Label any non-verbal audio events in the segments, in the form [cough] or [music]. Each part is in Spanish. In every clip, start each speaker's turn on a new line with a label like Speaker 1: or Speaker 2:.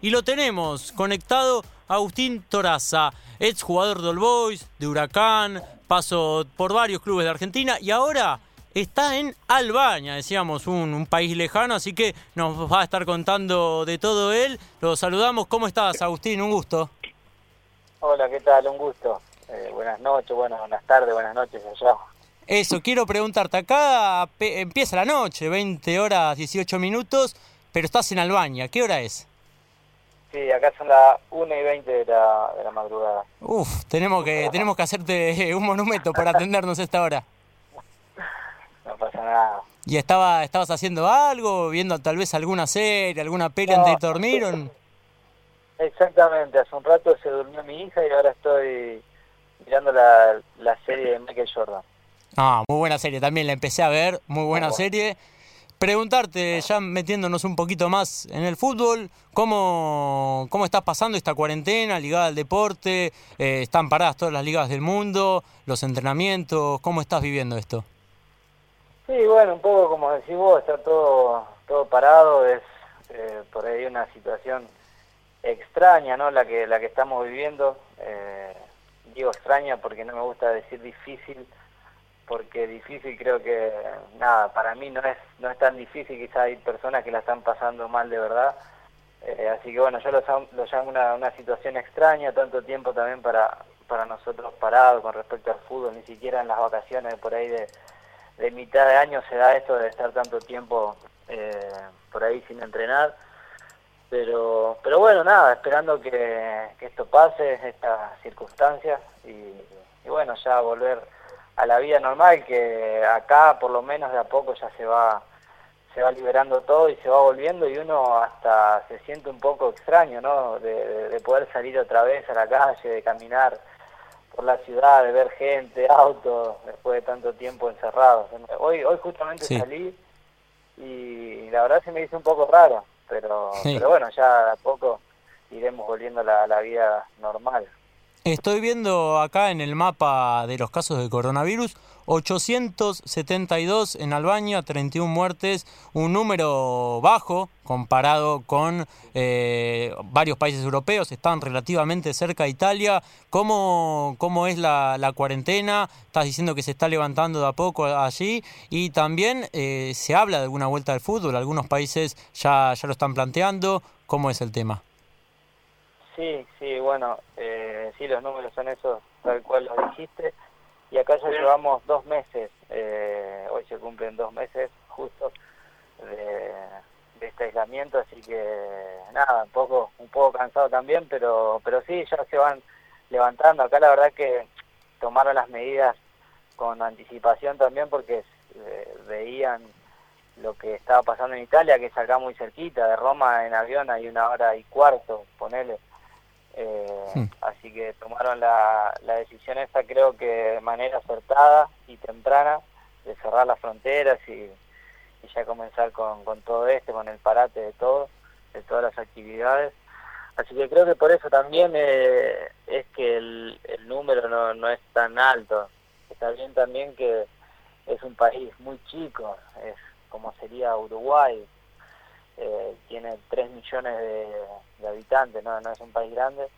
Speaker 1: Y lo tenemos conectado a Agustín Toraza, ex jugador de All Boys, de Huracán, pasó por varios clubes de Argentina y ahora está en Albania, decíamos, un, un país lejano, así que nos va a estar contando de todo él. Lo saludamos. ¿Cómo estás, Agustín? Un gusto.
Speaker 2: Hola, ¿qué tal? Un gusto. Eh, buenas noches, bueno, buenas tardes, buenas noches allá.
Speaker 1: Eso, quiero preguntarte, acá pe- empieza la noche, 20 horas 18 minutos, pero estás en Albania, ¿qué hora es?
Speaker 2: Sí, acá son las 1 y 20 de la, de la madrugada.
Speaker 1: Uf, tenemos que, tenemos que hacerte eh, un monumento para atendernos a esta hora.
Speaker 2: No pasa nada.
Speaker 1: ¿Y estaba, estabas haciendo algo, viendo tal vez alguna serie, alguna peli
Speaker 2: No.
Speaker 1: antes de dormir? o n-
Speaker 2: Exactamente, hace un rato se durmió mi hija y ahora estoy mirando la, la serie de Michael Jordan.
Speaker 1: Ah, muy buena serie, también la empecé a ver, muy buena
Speaker 2: bueno.
Speaker 1: serie. Preguntarte, ya metiéndonos un poquito más en el fútbol, ¿cómo, cómo estás pasando esta cuarentena ligada al deporte? Eh, ¿Están paradas todas las ligas del mundo? ¿Los entrenamientos? ¿Cómo estás viviendo esto?
Speaker 2: Sí, bueno, un poco como decís vos, está todo, todo parado, es eh, por ahí una situación extraña, ¿no? La que, la que estamos viviendo. Eh, digo extraña porque no me gusta decir difícil, porque difícil creo que, nada, para mí no es, no es tan difícil, quizás hay personas que la están pasando mal de verdad. Eh, así que bueno, yo lo, sam- lo llamo una, una situación extraña, tanto tiempo también para, para nosotros parado con respecto al fútbol, ni siquiera en las vacaciones por ahí de, de mitad de año se da esto de estar tanto tiempo eh, por ahí sin entrenar. Pero, pero bueno, nada, esperando que, que esto pase, estas circunstancias, y, y bueno, ya volver a la vida normal, que acá por lo menos de a poco ya se va, se va liberando todo y se va volviendo y uno hasta se siente un poco extraño, ¿no? De, de- de poder salir otra vez a la calle, de caminar por la ciudad, de ver gente, autos, después de tanto tiempo encerrados. Hoy, hoy justamente
Speaker 1: Sí.
Speaker 2: salí y la verdad se me hizo un poco raro, pero,
Speaker 1: Sí.
Speaker 2: pero bueno, ya de a poco iremos volviendo a la, a la vida normal.
Speaker 1: Estoy viendo acá en el mapa de los casos de coronavirus, 872 en Albania, 31 muertes, un número bajo comparado con eh, varios países europeos, están relativamente cerca de Italia. ¿Cómo, cómo es la, la cuarentena? Estás diciendo que se está levantando de a poco allí y también eh, se habla de alguna vuelta al fútbol, algunos países ya, ya lo están planteando. ¿Cómo es el tema?
Speaker 2: Sí, sí, bueno, eh, sí, los números son esos, tal cual los dijiste. Y acá ya llevamos dos meses, eh, hoy se cumplen dos meses justo de, de este aislamiento, así que nada, un poco, un poco cansado también, pero, pero sí, ya se van levantando. Acá la verdad que tomaron las medidas con anticipación también porque eh, veían lo que estaba pasando en Italia, que es acá muy cerquita, de Roma en avión hay una hora y cuarto, ponele. Eh,
Speaker 1: Sí.
Speaker 2: Así que tomaron la, la decisión esa creo que de manera acertada y temprana de cerrar las fronteras y, y ya comenzar con, con todo esto, con el parate de todo, de todas las actividades. Así que creo que por eso también eh, es que el, el número no, no es tan alto. Está bien también que es un país muy chico, es como sería Uruguay, eh, tiene 3 millones de, de habitantes, ¿no? no es un país grande.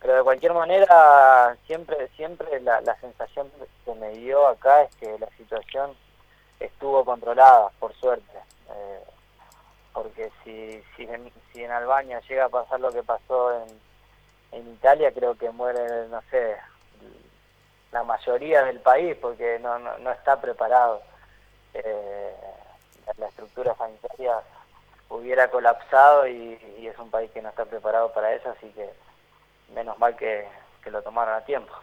Speaker 2: Pero de cualquier manera, siempre siempre la, la sensación que me dio acá es que la situación estuvo controlada, por suerte. Eh, porque si, si, en, si en Albania llega a pasar lo que pasó en, en Italia, creo que muere, no sé, la mayoría del país, porque no, no, no está preparado. Eh, la estructura sanitaria hubiera colapsado y, y es un país que no está preparado para eso, así que menos mal que, que lo tomaron a tiempo.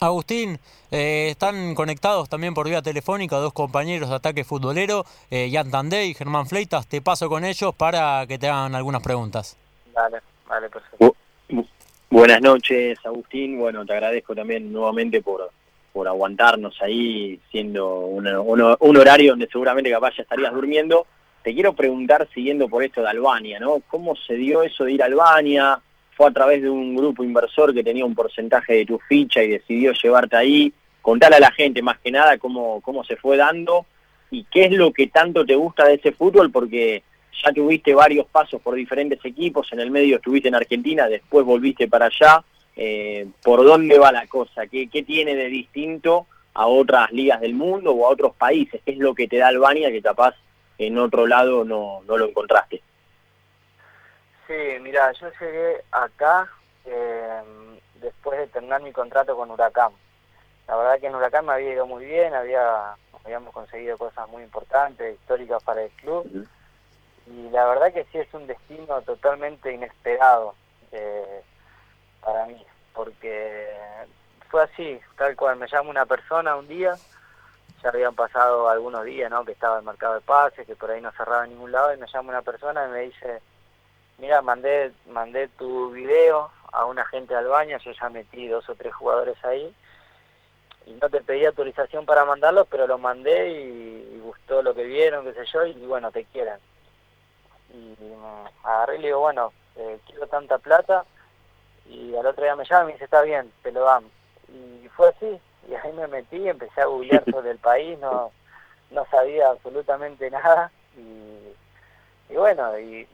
Speaker 1: Agustín, eh, están conectados también por vía telefónica dos compañeros de ataque futbolero, eh, Jan Tandé y Germán Fleitas. Te paso con ellos para que te hagan algunas preguntas.
Speaker 2: Dale, dale, perfecto.
Speaker 3: Bu- bu- Buenas noches, Agustín. Bueno, te agradezco también nuevamente por, por aguantarnos ahí, siendo un, un- un horario donde seguramente capaz ya estarías durmiendo. Te quiero preguntar, siguiendo por esto de Albania, ¿no? ¿Cómo se dio eso de ir a Albania? ¿Fue a través de un grupo inversor que tenía un porcentaje de tu ficha y decidió llevarte ahí? Contale a la gente, más que nada, cómo, cómo se fue dando y qué es lo que tanto te gusta de ese fútbol, porque ya tuviste varios pasos por diferentes equipos, en el medio estuviste en Argentina, después volviste para allá. Eh, ¿Por dónde va la cosa? ¿Qué, ¿Qué tiene de distinto a otras ligas del mundo o a otros países? ¿Qué es lo que te da Albania que capaz en otro lado no, no lo encontraste?
Speaker 2: Sí, mira, yo llegué acá eh, después de terminar mi contrato con Huracán. La verdad que en Huracán me había ido muy bien, había habíamos conseguido cosas muy importantes, históricas para el club. Uh -huh y la verdad que sí es un destino totalmente inesperado eh, para mí, porque fue así, tal cual, me llama una persona un día, ya habían pasado algunos días, ¿no? Que estaba el mercado de pases, que por ahí no cerraba en ningún lado, y me llama una persona y me dice, mira, mandé, mandé tu video a una gente de Albania, yo ya metí dos o tres jugadores ahí, y no te pedí autorización para mandarlos, pero los mandé y, y gustó lo que vieron, qué sé yo, y, y bueno, te quieren y agarré y le digo, bueno, eh, quiero tanta plata, y al otro día me llama y me dice, está bien, te lo damos. Y fue así, y ahí me metí, empecé a googlear sobre el país, no, no sabía absolutamente nada, y, y bueno, y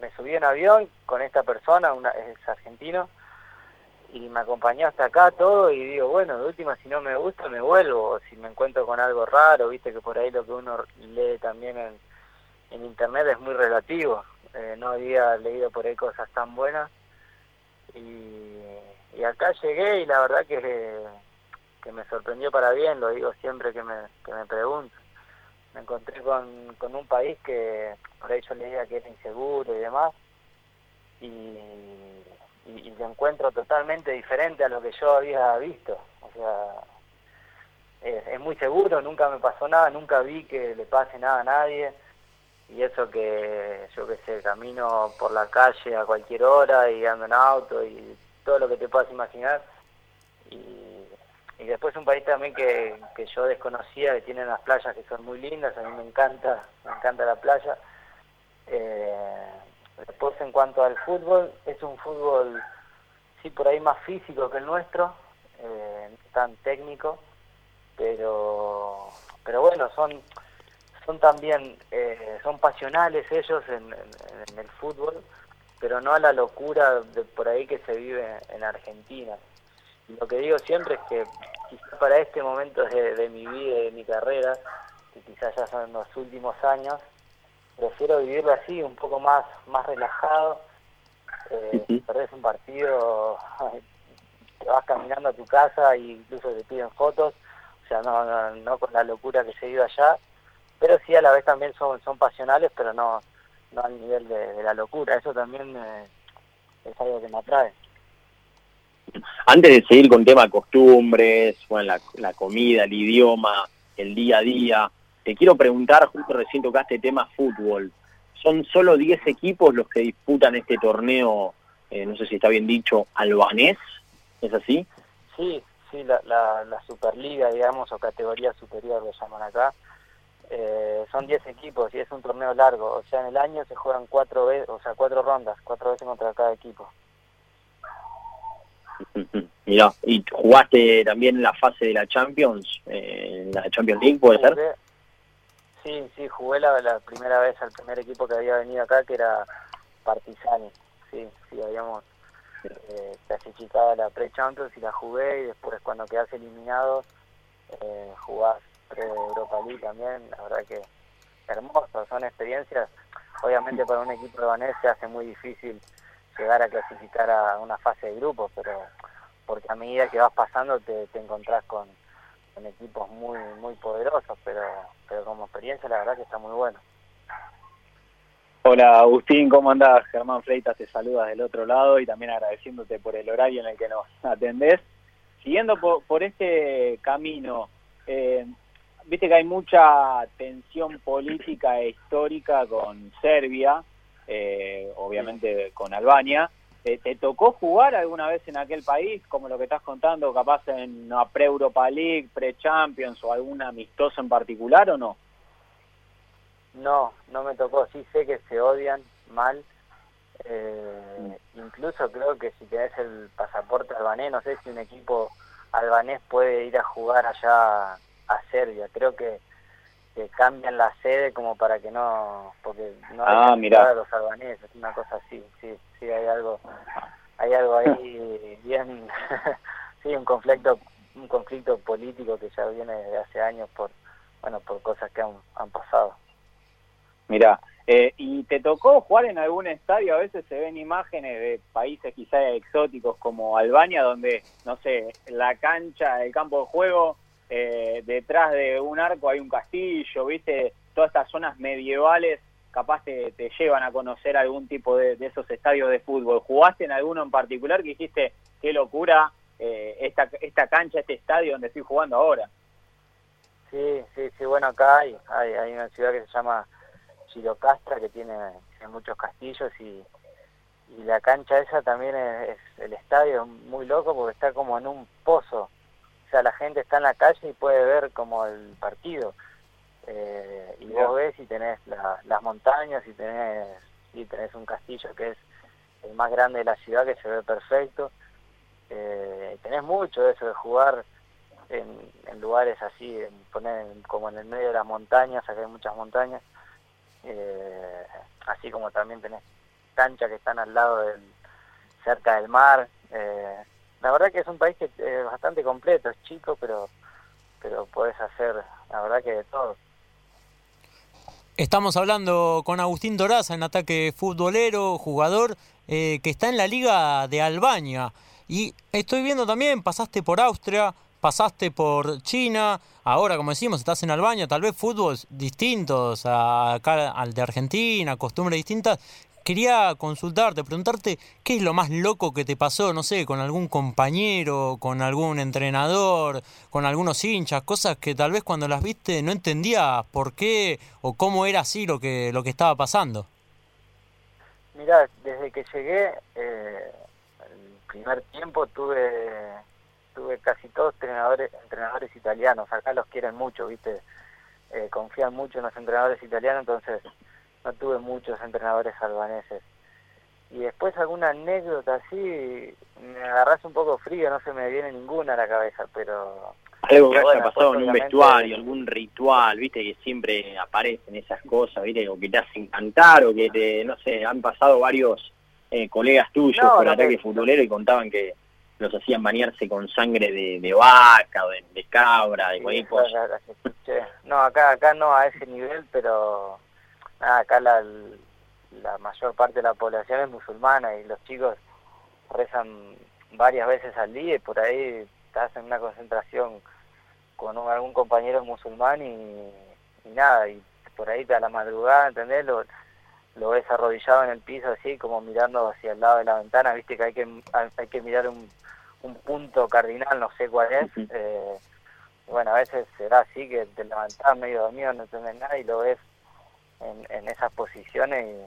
Speaker 2: me subí en avión con esta persona, una, es argentino, y me acompañó hasta acá todo y digo, bueno, de última si no me gusta me vuelvo, si me encuentro con algo raro, viste que por ahí lo que uno lee también en, en internet es muy relativo. Eh, no había leído por ahí cosas tan buenas. Y, y acá llegué y la verdad que, que, me sorprendió para bien, lo digo siempre que me, que me pregunto. Me encontré con, con un país que por ahí yo leía que era inseguro y demás. Y, y, y lo encuentro totalmente diferente a lo que yo había visto. O sea, es, es muy seguro, nunca me pasó nada, nunca vi que le pase nada a nadie y eso que yo que sé, camino por la calle a cualquier hora y ando en auto y todo lo que te puedas imaginar. Y, y después un país también que, que, yo desconocía, que tiene unas playas que son muy lindas, a mí me encanta, me encanta la playa. Eh, después en cuanto al fútbol, es un fútbol sí por ahí más físico que el nuestro, eh, tan técnico, pero, pero bueno, son son también eh, son pasionales ellos en, en, en, el fútbol pero no a la locura de por ahí que se vive en Argentina y lo que digo siempre es que quizá para este momento de, de, mi vida y de mi carrera que quizás ya son los últimos años prefiero vivirlo así un poco más más relajado eh, uh -huh. perdés un partido te vas caminando a tu casa e incluso te piden fotos o sea no, no, no con la locura que se vive allá pero sí a la vez también son, son pasionales, pero no, no al nivel de, de la locura. Eso también eh, es algo que me atrae.
Speaker 3: Antes de seguir con tema costumbres, bueno, la, la, comida, el idioma, el día a día, te quiero preguntar, justo recién tocaste tema fútbol. ¿Son solo 10 equipos los que disputan este torneo, eh, no sé si está bien dicho, albanés? ¿Es así? [laughs]
Speaker 2: Sí, sí, la, la, la Superliga, digamos, o categoría superior lo llaman acá. Eh, son 10 equipos y es un torneo largo. O sea, en el año se juegan cuatro veces, o sea, cuatro rondas, cuatro veces contra cada equipo.
Speaker 3: Mira, y jugaste también la fase de la Champions, eh, la Champions League, ¿puede
Speaker 2: jugué, ser? Sí, sí, jugué la, la, primera vez al primer equipo que había venido acá, que era Partizani. Sí, sí, habíamos eh, clasificado la pre-Champions y la jugué, y después cuando quedás eliminado, eh, jugás de Europa League también, la verdad que hermoso, son experiencias. Obviamente para un equipo albanés se hace muy difícil llegar a clasificar a una fase de grupos, pero porque a medida que vas pasando te, te encontrás con, con, equipos muy muy poderosos, pero, pero como experiencia la verdad que está muy bueno.
Speaker 4: Hola Agustín, ¿cómo andás? Germán Freitas te saluda del otro lado y también agradeciéndote por el horario en el que nos atendés. Siguiendo por, por este camino, eh, viste que hay mucha tensión política e histórica con Serbia, eh, obviamente con Albania. ¿Te, ¿Te, tocó jugar alguna vez en aquel país, como lo que estás contando, capaz en una pre-Europa League, pre-Champions o algún amistoso en particular o no?
Speaker 2: No, no me tocó. Sí sé que se odian mal. Eh, incluso creo que si tenés el pasaporte albanés, no sé si un equipo albanés puede ir a jugar allá a Serbia. Creo que que cambian la sede como para que no porque no
Speaker 3: Ah,
Speaker 2: que
Speaker 3: mirá.
Speaker 2: entrar a los albaneses una cosa así sí sí hay algo hay algo ahí
Speaker 3: [laughs]
Speaker 2: bien [laughs] sí un conflicto un conflicto político que ya viene de hace años por bueno por cosas que han, han pasado
Speaker 4: Mirá, eh, ¿y te tocó jugar en algún estadio? A veces se ven imágenes de países quizás exóticos como Albania, donde, no sé, la cancha, el campo de juego, eh, detrás de un arco hay un castillo, ¿viste? Todas estas zonas medievales capaz te, te llevan a conocer algún tipo de, de esos estadios de fútbol. ¿Jugaste en alguno en particular que dijiste, qué locura eh, esta, esta cancha, este estadio donde estoy jugando ahora?
Speaker 2: Sí, sí, sí, bueno, acá hay, hay, hay una ciudad que se llama Chilocastra, que tiene, tiene muchos castillos y, y la cancha esa también es, es- el estadio es muy loco porque está como en un pozo. O sea, la gente está en la calle y puede ver como el partido. Eh, y
Speaker 4: Mirá.
Speaker 2: vos ves y tenés la- las montañas y tenés, y tenés un castillo que es el más grande de la ciudad que se ve perfecto. Eh, tenés mucho de eso de jugar en, en lugares así, en poner en- como en el medio de las montañas, acá hay muchas montañas, eh, así como también tenés canchas que están al lado del, cerca del mar. eh, la verdad que es un país que eh, es bastante completo, es chico, pero pero podés hacer, la verdad que de todo.
Speaker 1: Estamos hablando con Agustín Doraza en ataque futbolero, jugador eh, que está en la Liga de Albania. Y estoy viendo también, pasaste por Austria, pasaste por China, ahora como decimos, estás en Albania, tal vez fútbol distintos a- acá al de Argentina, costumbres distintas. Quería consultarte, preguntarte qué es lo más loco que te pasó, no sé, con algún compañero, con algún entrenador, con algunos hinchas, cosas que tal vez cuando las viste no entendías por qué o cómo era así lo que, lo que estaba pasando.
Speaker 2: Mira, desde que llegué, eh, el primer tiempo tuve tuve casi todos entrenadores entrenadores italianos. Acá los quieren mucho, viste, Eh, confían mucho en los entrenadores italianos, entonces no tuve muchos entrenadores albaneses. Y después alguna anécdota así, me agarrás un poco frío, no se me viene ninguna a la cabeza, pero
Speaker 3: Algo que
Speaker 2: Bueno,
Speaker 3: haya pasado en un
Speaker 2: obviamente-
Speaker 3: vestuario, algún ritual, viste, que siempre aparecen esas cosas, viste, o que te hacen cantar, o que te, no sé, han pasado varios eh, colegas tuyos
Speaker 2: No,
Speaker 3: por
Speaker 2: no,
Speaker 3: ataque
Speaker 2: no.
Speaker 3: futbolero y contaban que los hacían bañarse con sangre de, de vaca, de, de cabra, de
Speaker 2: Sí,
Speaker 3: cualquier
Speaker 2: esas
Speaker 3: cosa.
Speaker 2: las- las escuché. No, acá, acá no a ese nivel, pero nada, acá la, la mayor parte de la población es musulmana y los chicos rezan varias veces al día y por ahí estás en una concentración con un- algún compañero musulmán y, y nada, y por ahí a la madrugada, ¿entendés? Lo, lo ves arrodillado en el piso así, como mirando hacia el lado de la ventana, viste que hay que, hay que mirar un, un punto cardinal, no sé cuál es.
Speaker 3: Ujú.
Speaker 2: eh, bueno, a veces será así que te levantás medio dormido, no entendés nada y lo ves en, en esas posiciones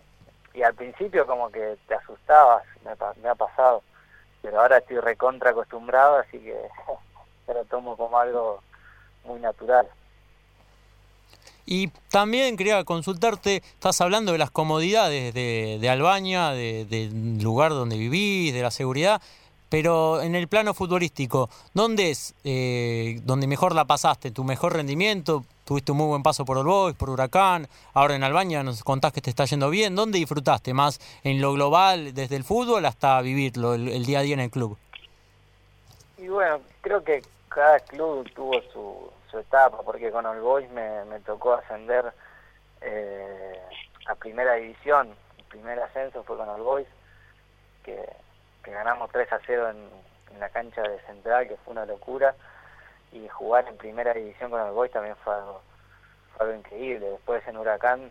Speaker 2: y, y al principio como que te asustabas, me, pa- me ha pasado, pero ahora estoy recontra acostumbrado, así que [laughs] se lo tomo como algo muy natural.
Speaker 1: Y también quería consultarte, estás hablando de las comodidades de, de Albania, de- del lugar donde vivís, de la seguridad, pero en el plano futbolístico, ¿dónde es eh, donde mejor la pasaste? ¿Tu mejor rendimiento? Tuviste un muy buen paso por All Boys, por Huracán, ahora en Albania nos contás que te está yendo bien. ¿Dónde disfrutaste más en lo global, desde el fútbol hasta vivirlo, el- el día a día en el club?
Speaker 2: Y bueno, creo que cada club tuvo su, su etapa, porque con All Boys me, me tocó ascender eh, a primera división. El primer ascenso fue con All Boys, que, que ganamos 3 a 0 en, en la cancha de Central, que fue una locura. Y jugar en primera división con All Boys también fue algo, fue algo increíble. Después en Huracán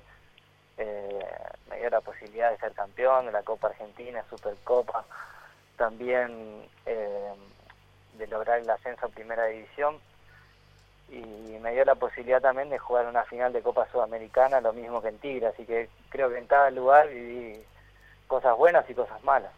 Speaker 2: eh, me dio la posibilidad de ser campeón de la Copa Argentina, Supercopa. También... eh, de lograr el ascenso a primera división y me dio la posibilidad también de jugar una final de Copa Sudamericana, lo mismo que en Tigre, así que creo que en cada lugar viví cosas buenas y cosas malas.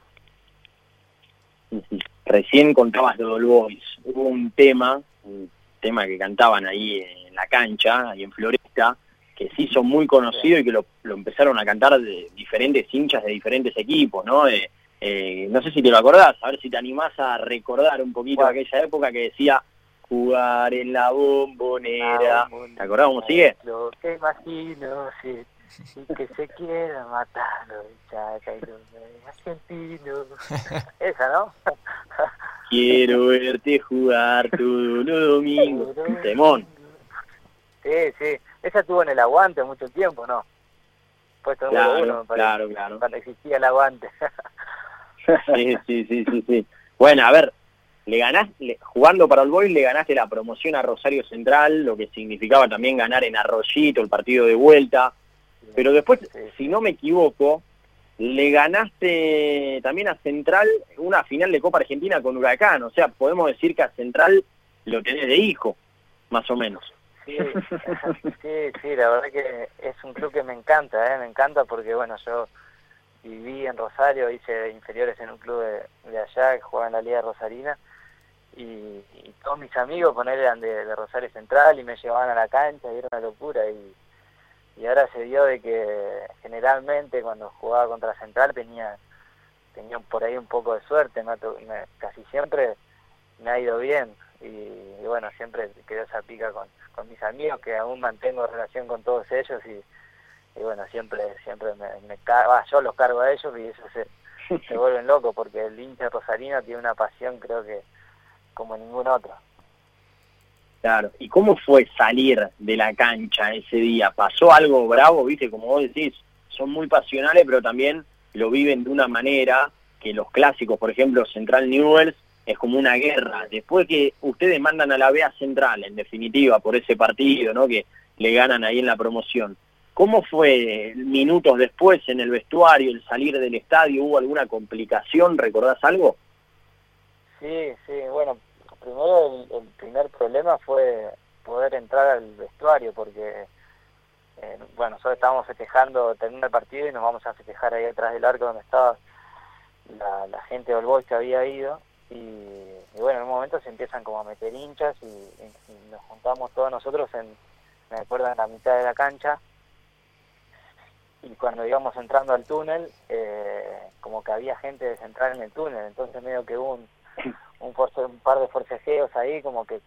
Speaker 3: Ujú. Recién contabas de All Boys. Hubo un tema, un tema que cantaban ahí en la cancha, ahí en Floresta, que se hizo muy conocido y que lo, lo empezaron a cantar de diferentes hinchas de diferentes equipos, ¿no? Eh, eh, no sé si te lo acordás, a ver si te animás a recordar un poquito
Speaker 2: Bueno.
Speaker 3: aquella época que decía jugar en la bombonera. ¿Te acordás cómo sigue?
Speaker 2: Ah, Lo que imagino, sí. Y que se quiera matar los chacas y los
Speaker 3: [laughs]
Speaker 2: argentinos. Esa, ¿no?
Speaker 3: Quiero verte jugar todos
Speaker 2: [laughs]
Speaker 3: los domingos. Un Temón.
Speaker 2: Sí, sí. Esa estuvo en el aguante mucho tiempo, ¿no? Puesto número
Speaker 3: Claro,
Speaker 2: uno, me parece,
Speaker 3: claro, claro.
Speaker 2: Cuando existía el aguante.
Speaker 3: Sí, sí, sí, sí, sí. Bueno, a ver, le ganaste, le- jugando para el Boys le ganaste la promoción a Rosario Central, lo que significaba también ganar en Arroyito el partido de vuelta. Pero después, si no me equivoco, le ganaste también a Central una final de Copa Argentina con Huracán. O sea, podemos decir que a Central lo tenés de hijo, más o menos.
Speaker 2: Sí, sí, sí, la verdad que es un club que me encanta, ¿eh? me encanta porque, bueno, yo viví en Rosario, hice inferiores en un club de, de allá, que jugaba en la Liga Rosarina, y, y todos mis amigos, poner eran de, de Rosario Central y me llevaban a la cancha y era una locura. Y, y ahora se dio de que generalmente cuando jugaba contra Central tenía, tenía por ahí un poco de suerte, me ha to- me- casi siempre me ha ido bien y, y bueno, siempre quedó esa pica con, con mis amigos que aún mantengo relación con todos ellos y, y bueno, siempre siempre me, me ca- va, yo los cargo a ellos y ellos se, se vuelven locos porque el hincha rosarino tiene una pasión creo que como ningún otro.
Speaker 3: Claro. ¿Y cómo fue salir de la cancha ese día? ¿Pasó algo bravo? ¿Viste? Como vos decís, son muy pasionales, pero también lo viven de una manera que los clásicos, por ejemplo, Central Newells, es como una guerra. Después que ustedes mandan a la B a Central, en definitiva, por ese partido, ¿no? Que le ganan ahí en la promoción. ¿Cómo fue eh, minutos después en el vestuario, el salir del estadio? ¿Hubo alguna complicación? ¿Recordás algo?
Speaker 2: Sí, sí, bueno, primero el, el primer problema fue poder entrar al vestuario porque, eh, bueno, nosotros estábamos festejando, termina el partido y nos vamos a festejar ahí atrás del arco donde estaba la, la gente de Olboy que había ido y, y bueno, en un momento se empiezan como a meter hinchas y, y- y nos juntamos todos nosotros en, me acuerdo, en la mitad de la cancha y cuando íbamos entrando al túnel, eh, como que había gente de central en el túnel, entonces medio que hubo un un, force- un par de forcejeos ahí, como que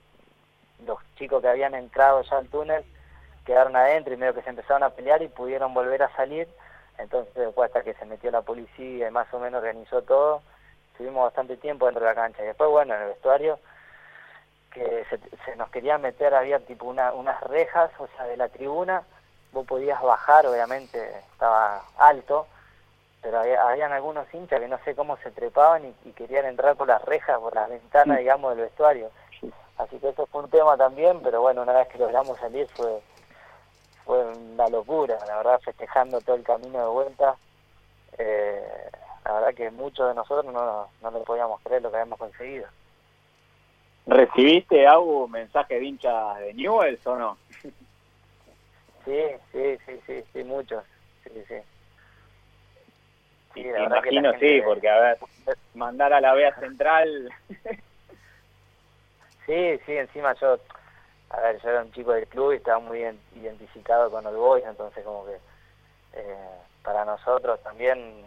Speaker 2: los chicos que habían entrado ya al túnel quedaron adentro y medio que se empezaron a pelear y pudieron volver a salir. Entonces después hasta que se metió la policía y más o menos organizó todo, estuvimos bastante tiempo dentro de la cancha. Y después, bueno, en el vestuario, que se, se nos querían meter, había tipo una, unas rejas, o sea, de la tribuna, vos podías bajar, obviamente estaba alto, pero había- habían algunos hinchas que no sé cómo se trepaban y, y querían entrar por las rejas, por las ventanas, digamos, del vestuario. Así que eso fue un tema también, pero bueno, una vez que logramos salir fue fue una locura, la verdad, festejando todo el camino de vuelta. Eh, la verdad que muchos de nosotros no, no lo podíamos creer lo que habíamos conseguido.
Speaker 4: ¿Recibiste, Agu, mensaje de hinchas de Newells o no?
Speaker 2: Sí, sí, sí, sí, sí, muchos. Sí, sí. Sí, la
Speaker 4: Me
Speaker 2: verdad que la
Speaker 4: imagino, sí,
Speaker 2: gente-
Speaker 4: porque, a ver, mandar a la B a Central...
Speaker 2: Sí, sí, encima yo, a ver, yo era un chico del club y estaba muy ident- identificado con el Boys, entonces como que eh, para nosotros también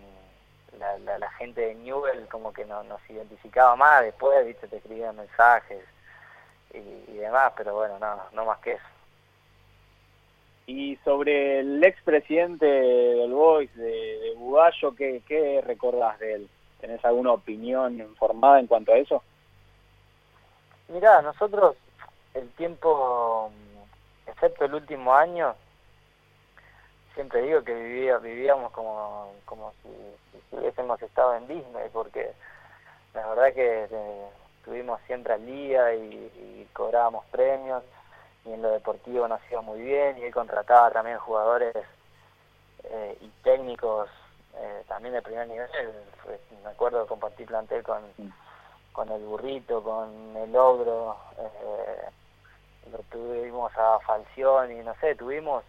Speaker 2: la, la, la gente de Newell como que no, nos identificaba más, después, viste, te escribían mensajes y, y demás, pero bueno, no, no más que eso.
Speaker 4: Y sobre el expresidente del Boys, de, de Bugallo, ¿qué, ¿qué recordás de él? ¿Tenés alguna opinión informada en cuanto a eso?
Speaker 2: Mirá, nosotros el tiempo, mm, excepto el último año, siempre digo que vivía- vivíamos como, como si, si hubiésemos estado en Disney, porque la verdad que eh, estuvimos siempre al día y, y cobrábamos premios, y en lo deportivo nos iba muy bien, y él contrataba también jugadores eh, y técnicos eh, también de primer nivel. Fue- me acuerdo compartir plantel con con el burrito, con el ogro, eh, lo tuvimos a Falción y no sé, tuvimos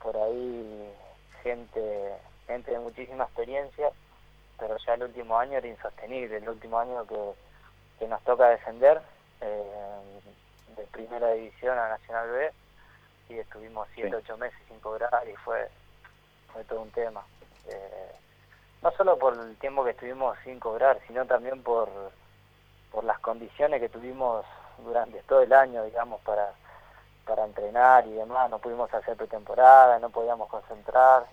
Speaker 2: por ahí gente, gente de muchísima experiencia, pero ya el último año era insostenible, el último año que, que nos toca descender eh, de primera división a Nacional B y estuvimos siete,
Speaker 3: Sí.
Speaker 2: ocho meses sin cobrar y fue, fue todo un tema. Eh, no solo por el tiempo que estuvimos sin cobrar, sino también por, por las condiciones que tuvimos durante todo el año, digamos, para, para entrenar y demás. No pudimos hacer pretemporada, no podíamos concentrar.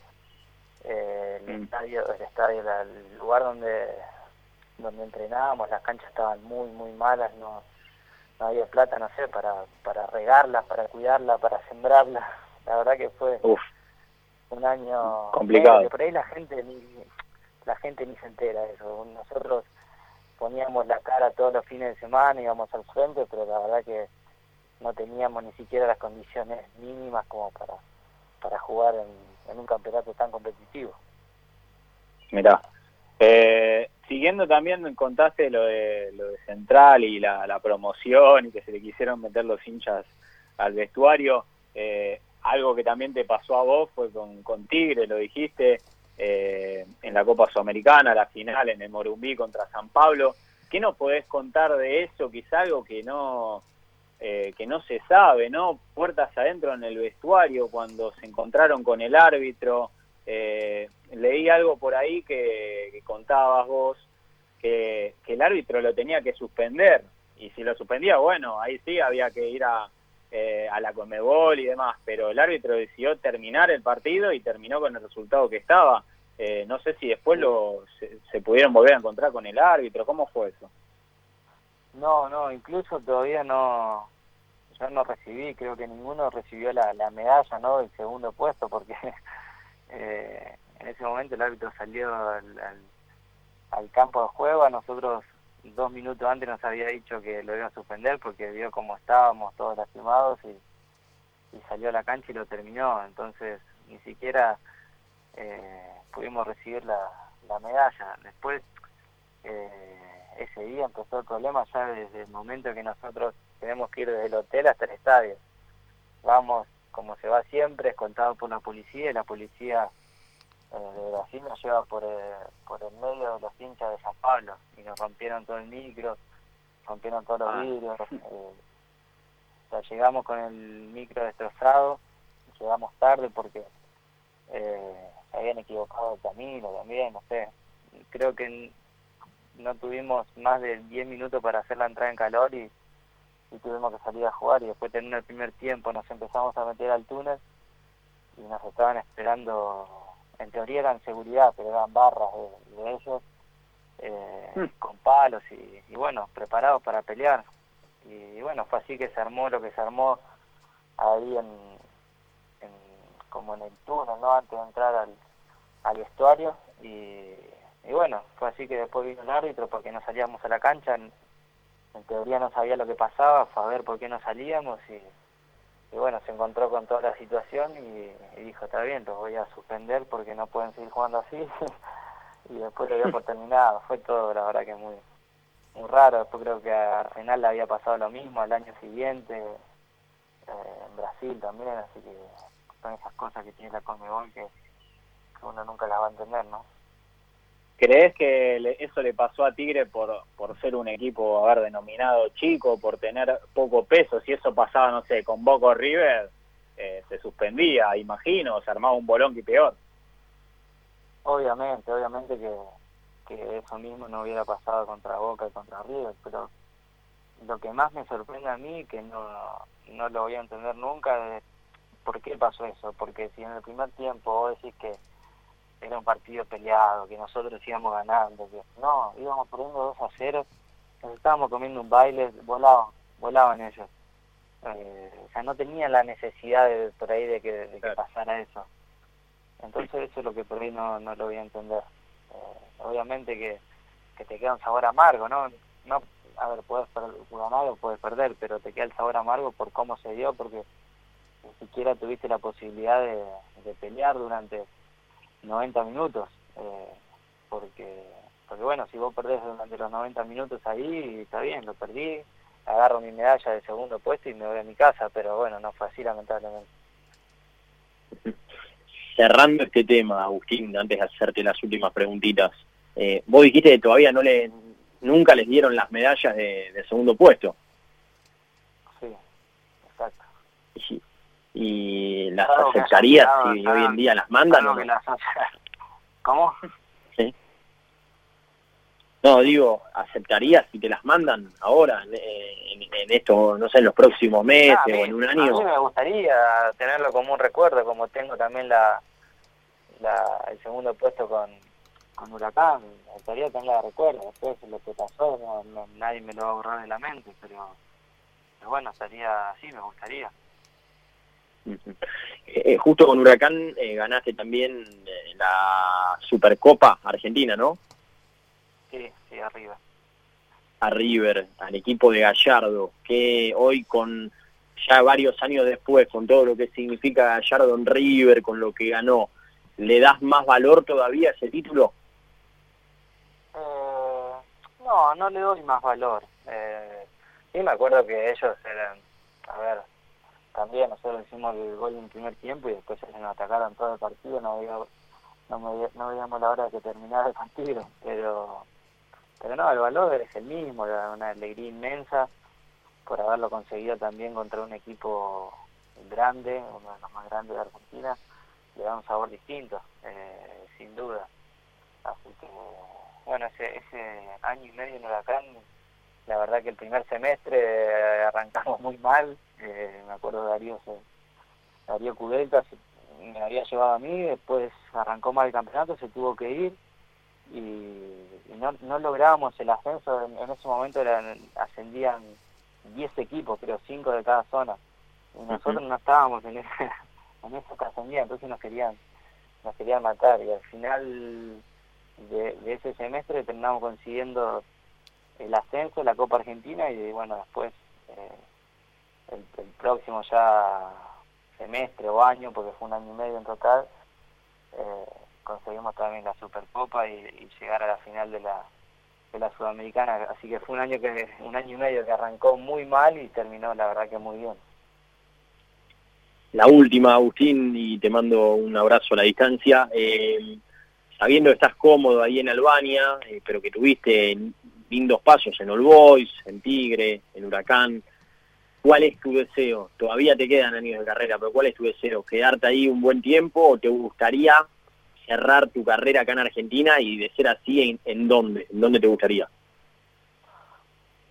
Speaker 2: Eh, el, mm. estadio, el estadio, la, el lugar donde donde entrenábamos, las canchas estaban muy, muy malas, no, no había plata, no sé, para, para regarlas, para cuidarlas, para sembrarlas. [laughs] La verdad que fue Uf, un año
Speaker 3: complicado.
Speaker 2: Pero, por ahí la gente ni, la gente ni se entera de eso. Nosotros poníamos la cara todos los fines de semana, íbamos al frente, pero la verdad que no teníamos ni siquiera las condiciones mínimas como para, para jugar en, en un campeonato tan competitivo.
Speaker 4: Mirá, eh, siguiendo también contaste lo de, lo de Central y la, la, promoción y que se le quisieron meter los hinchas al vestuario. Eh, algo que también te pasó a vos fue con, con Tigre, lo dijiste, eh, en la Copa Sudamericana, la final en el Morumbí contra San Pablo. ¿Qué nos podés contar de eso? Quizá algo que no, eh, que no se sabe, ¿no? Puertas adentro en el vestuario cuando se encontraron con el árbitro. Eh, leí algo por ahí que, que contabas vos, que, que, el árbitro lo tenía que suspender, y si lo suspendía, bueno, ahí sí había que ir a, eh, a la Comebol y demás, pero el árbitro decidió terminar el partido y terminó con el resultado que estaba. Eh, no sé si después lo, se, se, pudieron volver a encontrar con el árbitro, ¿cómo fue eso?
Speaker 2: No, no, incluso todavía no, yo no recibí, creo que ninguno recibió la, la medalla, ¿no? Del segundo puesto, porque [laughs] Eh, en ese momento el árbitro salió al, al, al, campo de juego, a nosotros dos minutos antes nos había dicho que lo iban a suspender porque vio cómo estábamos todos lastimados y, y salió a la cancha y lo terminó, entonces ni siquiera eh, pudimos recibir la, la medalla. Después, eh, ese día empezó el problema ya desde el momento que nosotros tenemos que ir desde el hotel hasta el estadio. Vamos como se va siempre, es contado por la policía y la policía eh, de Brasil nos lleva por, eh, por el medio de los hinchas de San Pablo y nos rompieron todo el micro, rompieron todos los vidrios. Eh, o sea, llegamos con el micro destrozado, llegamos tarde porque eh, se habían equivocado el camino también, no sé. Creo que no tuvimos más de 10 minutos para hacer la entrada en calor y y tuvimos que salir a jugar y después terminó el primer tiempo nos empezamos a meter al túnel y nos estaban esperando en teoría eran seguridad pero eran barras de, de ellos eh, mm. con palos y, y, bueno preparados para pelear y, y, bueno fue así que se armó lo que se armó ahí en, en como en el túnel no antes de entrar al, al vestuario y, y bueno fue así que después vino el árbitro porque no salíamos a la cancha en, en teoría no sabía lo que pasaba, fue a ver por qué no salíamos y, y bueno, se encontró con toda la situación y, y, dijo, está bien, los voy a suspender porque no pueden seguir jugando así [laughs] y después lo dio por terminado, fue todo la verdad que muy, muy raro, después creo que a Arsenal le había pasado lo mismo al año siguiente, eh, en Brasil también, así que son esas cosas que tiene la Conmebol que, que uno nunca las va a entender, ¿no?
Speaker 4: ¿Crees que eso le pasó a Tigre por, por ser un equipo, haber denominado chico, por tener poco peso? Si eso pasaba, no sé, con Boco River, eh, se suspendía, imagino, se armaba un bolón y peor.
Speaker 2: Obviamente, obviamente que, que eso mismo no hubiera pasado contra Boca y contra River, pero lo que más me sorprende a mí, que no, no lo voy a entender nunca, es por qué pasó eso. Porque si en el primer tiempo vos decís que era un partido peleado, que nosotros íbamos ganando, que no, íbamos poniendo 2 a 0, nos estábamos comiendo un baile, volaban, volaban ellos. Eh, o sea, no tenían la necesidad de, por ahí de que, de que claro. pasara eso. Entonces eso es lo que por ahí no, no lo voy a entender. Eh, obviamente que, que, te queda un sabor amargo, ¿no? no a ver, puedes ganar o puedes perder, pero te queda el sabor amargo por cómo se dio, porque ni siquiera tuviste la posibilidad de, de pelear durante 90 minutos, eh, porque, porque bueno, si vos perdés durante los 90 minutos ahí, está bien, lo perdí, agarro mi medalla de segundo puesto y me voy a mi casa, pero bueno, no fue así lamentablemente.
Speaker 3: Cerrando este tema, Agustín, antes de hacerte las últimas preguntitas, eh, vos dijiste que todavía no le, nunca les dieron las medallas de, de segundo puesto.
Speaker 2: Sí, exacto.
Speaker 3: Sí y las claro aceptarías llegado, si claro, hoy en día las mandan
Speaker 2: claro
Speaker 3: ¿no?
Speaker 2: las... ¿cómo?
Speaker 3: sí No, digo, ¿aceptarías si te las mandan ahora, eh, en, en, esto, no sé, en los próximos meses
Speaker 2: Ah, a mí-
Speaker 3: o en un
Speaker 2: A mí
Speaker 3: año?
Speaker 2: me gustaría tenerlo como un recuerdo, como tengo también la, la el segundo puesto con, con Huracán. Me gustaría tenerla de recuerdo. Después lo que pasó, no- no- nadie me lo va a borrar de la mente, pero, pero bueno, estaría así, me gustaría.
Speaker 3: Ujú. Eh, eh, justo con Huracán eh, ganaste también eh, la Supercopa Argentina, ¿no?
Speaker 2: Sí, sí, arriba.
Speaker 3: A River, al equipo de Gallardo, que hoy con ya varios años después, con todo lo que significa Gallardo en River, con lo que ganó, ¿le das más valor todavía a ese título?
Speaker 2: Eh, no, no le doy más valor. Eh, sí me acuerdo que ellos eran, a ver, también nosotros hicimos el gol en el primer tiempo y después ellos nos atacaron todo el partido, no veía- no, me veía- no veíamos la hora de que terminara el partido, pero pero no, el valor es el mismo, era una alegría inmensa por haberlo conseguido también contra un equipo grande, uno de los más grandes de Argentina, le da un sabor distinto, eh, sin duda. Así que, bueno, ese, ese año y medio en Huracán, la verdad que el primer semestre eh, arrancamos muy mal. Eh, me acuerdo de Darío, se- Darío Cubelta se- me había llevado a mí, después arrancó mal el campeonato, se tuvo que ir y, y no, no lográbamos el ascenso. En, en ese momento eran, ascendían 10 equipos, creo, 5 de cada zona. Y nosotros no estábamos en, ese- en esa [laughs] que ascendía, entonces nos querían, nos querían matar y al final de, de ese semestre terminamos consiguiendo el ascenso, la Copa Argentina y bueno, después eh, el, el próximo ya semestre o año, porque fue un año y medio en total, eh, conseguimos también la Supercopa y, y llegar a la final de la, de la Sudamericana. Así que fue un año que un año y medio que arrancó muy mal y terminó la verdad que muy bien.
Speaker 3: La última, Agustín, y te mando un abrazo a la distancia. Eh, sabiendo que estás cómodo ahí en Albania, eh, pero que tuviste lindos pasos en All Boys, en Tigre, en Huracán, ¿cuál es tu deseo? Todavía te quedan años de carrera, pero ¿cuál es tu deseo? ¿Quedarte ahí un buen tiempo o te gustaría cerrar tu carrera acá en Argentina y de ser así, ¿en, en dónde? ¿En dónde te gustaría?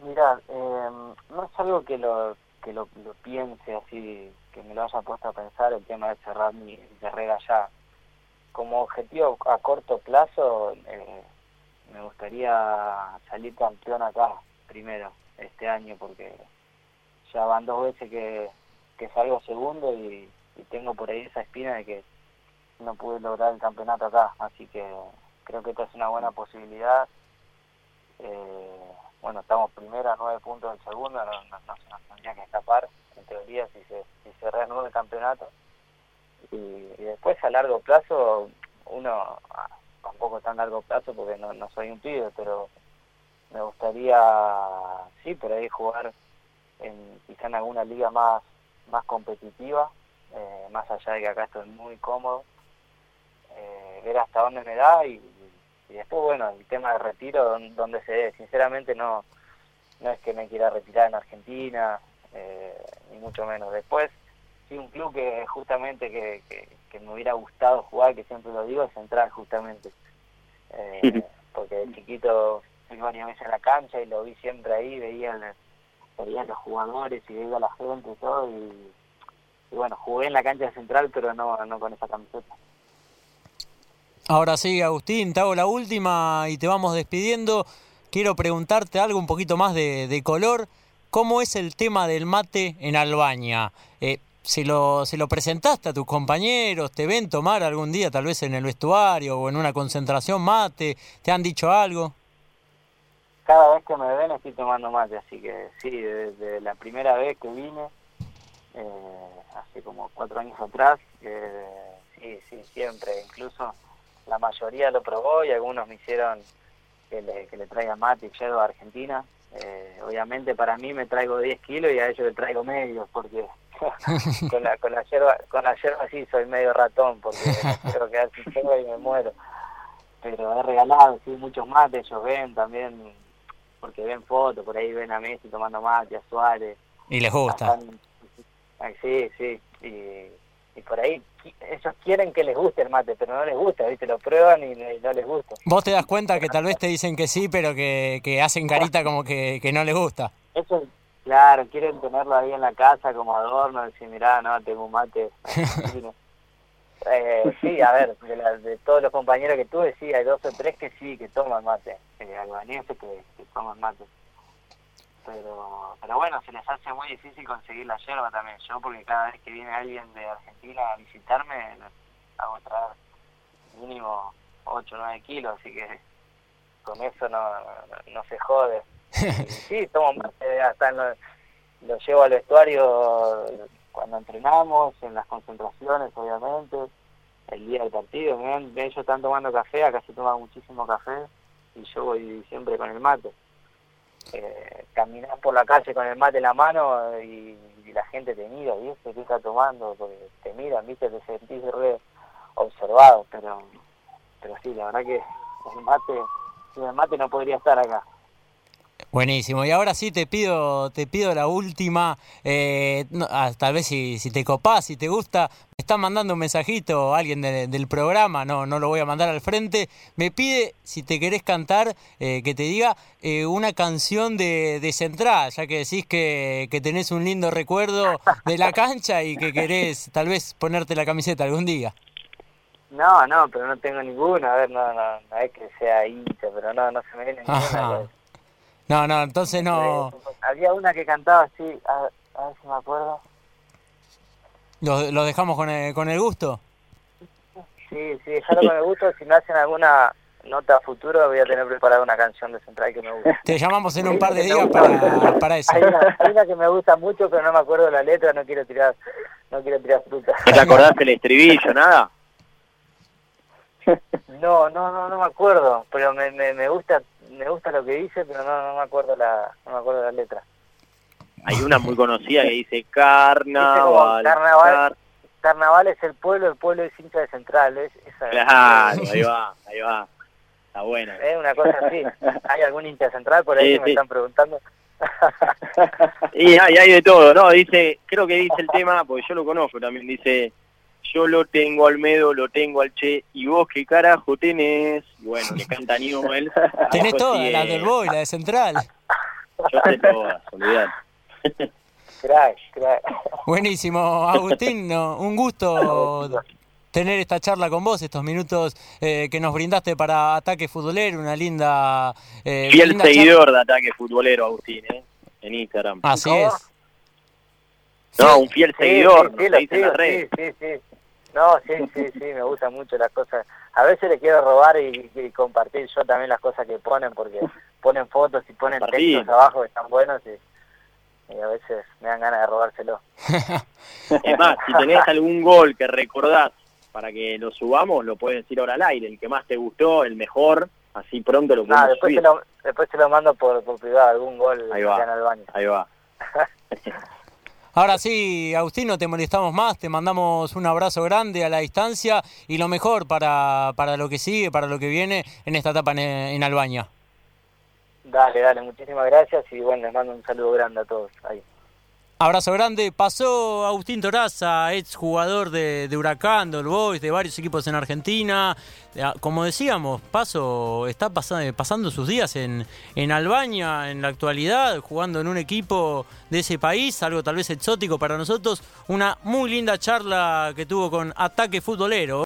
Speaker 2: Mira, eh, no es algo que lo que lo, lo piense así, que me lo haya puesto a pensar el tema de cerrar mi carrera ya. Como objetivo a corto plazo, eh, me gustaría salir campeón acá primero este año, porque ya van dos veces que, que salgo segundo y, y tengo por ahí esa espina de que no pude lograr el campeonato acá. Así que creo que esta es una buena posibilidad. Eh, bueno, estamos primero a nueve puntos del segundo, no, no, no se nos tendría que escapar, en teoría, si se, si se reanuda el campeonato. Y, y después a largo plazo, uno, ah, tampoco tan largo plazo porque no, no soy un pibe, pero me gustaría, sí, por ahí jugar en quizá en alguna liga más, más competitiva, eh, más allá de que acá estoy muy cómodo, eh, ver hasta dónde me da y, y después, bueno, el tema de retiro, don- donde se dé. Sinceramente, no, no es que me quiera retirar en Argentina, eh, ni mucho menos. Después, sí, un club que justamente que, que, que me hubiera gustado jugar, que siempre lo digo, es Central, justamente. Eh, porque de chiquito fui varias veces a la cancha y lo vi siempre ahí, veía, el- veía a los jugadores y veía a la gente y todo. Y, y bueno, jugué en la cancha de Central, pero no, no con esa camiseta.
Speaker 1: Ahora sí, Agustín, te hago la última y te vamos despidiendo. Quiero preguntarte algo un poquito más de, de color. ¿Cómo es el tema del mate en Albania? Eh, ¿se, lo, ¿Se lo presentaste a tus compañeros? ¿Te ven tomar algún día, tal vez en el vestuario o en una concentración mate? ¿Te han dicho algo?
Speaker 2: cada vez que me ven estoy tomando mate, así que sí, desde la primera vez que vine, eh, hace como cuatro años atrás, eh, sí, sí, siempre, incluso la mayoría lo probó y algunos me hicieron que le, que le traiga mate y yerba a Argentina. Eh, obviamente para mí me traigo 10 kilos y a ellos le traigo medio, porque [laughs] con la con la yerba, con la yerba sí soy medio ratón, porque quiero quedar sin yerba y me muero pero he regalado, sí, muchos mates, ellos ven también, porque ven fotos, por ahí ven a Messi tomando mate, a Suárez,
Speaker 1: Y les
Speaker 2: a
Speaker 1: gusta.
Speaker 2: San- Ay, sí, sí, y, y por ahí qui- ellos quieren que les guste el mate, pero no les gusta, ¿viste? Lo prueban y, le- no les gusta.
Speaker 1: Vos te das cuenta que tal vez te dicen que sí, pero que, que hacen carita como que, que no les gusta.
Speaker 2: Eso, claro, quieren tenerlo ahí en la casa como adorno, decir, mirá, no, tengo un mate. Eh, sí, a ver, de, la- de todos los compañeros que tuve, sí, hay dos o tres que sí, que toman mate, eh, albaneses que, que toman mate. Pero, pero bueno, se les hace muy difícil conseguir la yerba también. Yo, porque cada vez que viene alguien de Argentina a visitarme, le hago traer mínimo 8 o 9 kilos, así que con eso no, no se jode. Y sí, tomo mate, hasta en los- lo llevo al vestuario cuando entrenamos, en las concentraciones, obviamente, el día del partido. me ven, Ellos están tomando café, acá se toma muchísimo café y yo voy siempre con el mate. Eh, caminar por la calle con el mate en la mano y, y la gente te mira, y eso que está tomando, porque te miran, viste, te sentís re observado, pero, pero sí, la verdad que el mate, sin el mate no podría estar acá.
Speaker 1: Buenísimo. Y ahora sí te pido, te pido la última. eh, no, ah, tal vez si, si te copás, si te gusta, me está mandando un mensajito alguien de- del programa, no, no lo voy a mandar al frente. Me pide, si te querés cantar, eh, que te diga eh, una canción de, de Central, ya que decís que, que tenés un lindo recuerdo de la cancha y que querés tal vez ponerte la camiseta algún día.
Speaker 2: No, no, pero no tengo ninguna. A ver, no, no, no es que sea hincha, pero no, no se me
Speaker 1: [laughs]
Speaker 2: viene ninguna.
Speaker 1: Ajá.
Speaker 2: pues.
Speaker 1: No, no, entonces no.
Speaker 2: Había una que cantaba así, a, a ver si me acuerdo.
Speaker 1: ¿Los, los dejamos con el, con el gusto?
Speaker 2: Sí, sí, déjalo con el gusto. Si me hacen alguna nota a futuro, voy a tener preparada una canción de Central que me
Speaker 1: [laughs]
Speaker 2: gusta.
Speaker 1: Te llamamos en un par de días para, para eso.
Speaker 2: Hay una, hay una que me gusta mucho, pero no me acuerdo la letra, no quiero tirar, no quiero tirar fruta.
Speaker 1: [laughs]
Speaker 3: ¿No te acordás el estribillo, nada?
Speaker 2: No, no, no, no me acuerdo, pero me, me, me gusta, me gusta lo que dice, pero no, no me acuerdo la, no me acuerdo la letra.
Speaker 3: Hay una muy conocida que dice
Speaker 2: Dice como
Speaker 3: carnaval.
Speaker 2: carnaval,
Speaker 3: car-
Speaker 2: carnaval es el pueblo, el pueblo es hincha de central, es, esa-
Speaker 3: Claro, ahí va, ahí va. Está buena.
Speaker 2: es eh, una cosa así. ¿Hay algún hincha de central por ahí
Speaker 3: Sí,
Speaker 2: que me
Speaker 3: sí.
Speaker 2: están preguntando?
Speaker 3: Y hay, hay de todo, ¿no? Dice, creo que dice el tema, porque yo lo conozco también, dice, yo lo tengo al Medo, lo tengo al Che, y vos qué carajo tenés. Y Bueno, le
Speaker 2: [laughs]
Speaker 3: canta Newell.
Speaker 1: Tenés
Speaker 3: Después
Speaker 1: todas,
Speaker 3: sigue-
Speaker 1: la del Boy, la de Central.
Speaker 3: Yo sé todas,
Speaker 2: [laughs]
Speaker 3: olvidate.
Speaker 2: Crack, crack.
Speaker 1: Buenísimo, Agustín, no, un gusto tener esta charla con vos, estos minutos eh, que nos brindaste para Ataque Futbolero, una linda... eh,
Speaker 3: Fiel
Speaker 1: linda
Speaker 3: seguidor de ataque futbolero, Agustín, ¿eh? En Instagram.
Speaker 1: charla. Así
Speaker 2: ¿Cómo?
Speaker 1: es.
Speaker 3: No, un fiel seguidor,
Speaker 2: Ah, sí, sí,
Speaker 3: lo
Speaker 2: lo
Speaker 3: dice en
Speaker 2: sigo,
Speaker 3: las redes.
Speaker 2: sí, sí, sí. No, sí, sí, sí, me gustan mucho las cosas. A veces le quiero robar y, y compartir yo también las cosas que ponen, porque ponen fotos y ponen
Speaker 3: Compartí.
Speaker 2: textos abajo que están buenos y, y a veces me dan ganas de robárselo.
Speaker 3: Es más, si tenés algún gol que recordás para que lo subamos, lo puedes decir ahora al aire. El que más te gustó, el mejor, así pronto lo podemos
Speaker 2: No, Ah, después
Speaker 3: subir.
Speaker 2: se, lo, después se lo mando por, por privado, algún gol
Speaker 3: Ahí va.
Speaker 2: acá en Albania.
Speaker 3: Ahí va.
Speaker 1: Ahora sí, Agustín, no te molestamos más, te mandamos un abrazo grande a la distancia y lo mejor para, para lo que sigue, para lo que viene en esta etapa en, en Albania.
Speaker 2: Dale, dale, muchísimas gracias y bueno, les mando un saludo grande a todos. Ahí.
Speaker 1: Abrazo grande. Pasó Agustín Toraza, ex jugador de, de Huracán, del Boys, de varios equipos en Argentina. Eh, Como decíamos, Paso está pasa- eh, pasando sus días en, en Albania en la actualidad, jugando en un equipo de ese país, algo tal vez exótico para nosotros. Una muy linda charla que tuvo con Ataque Futbolero.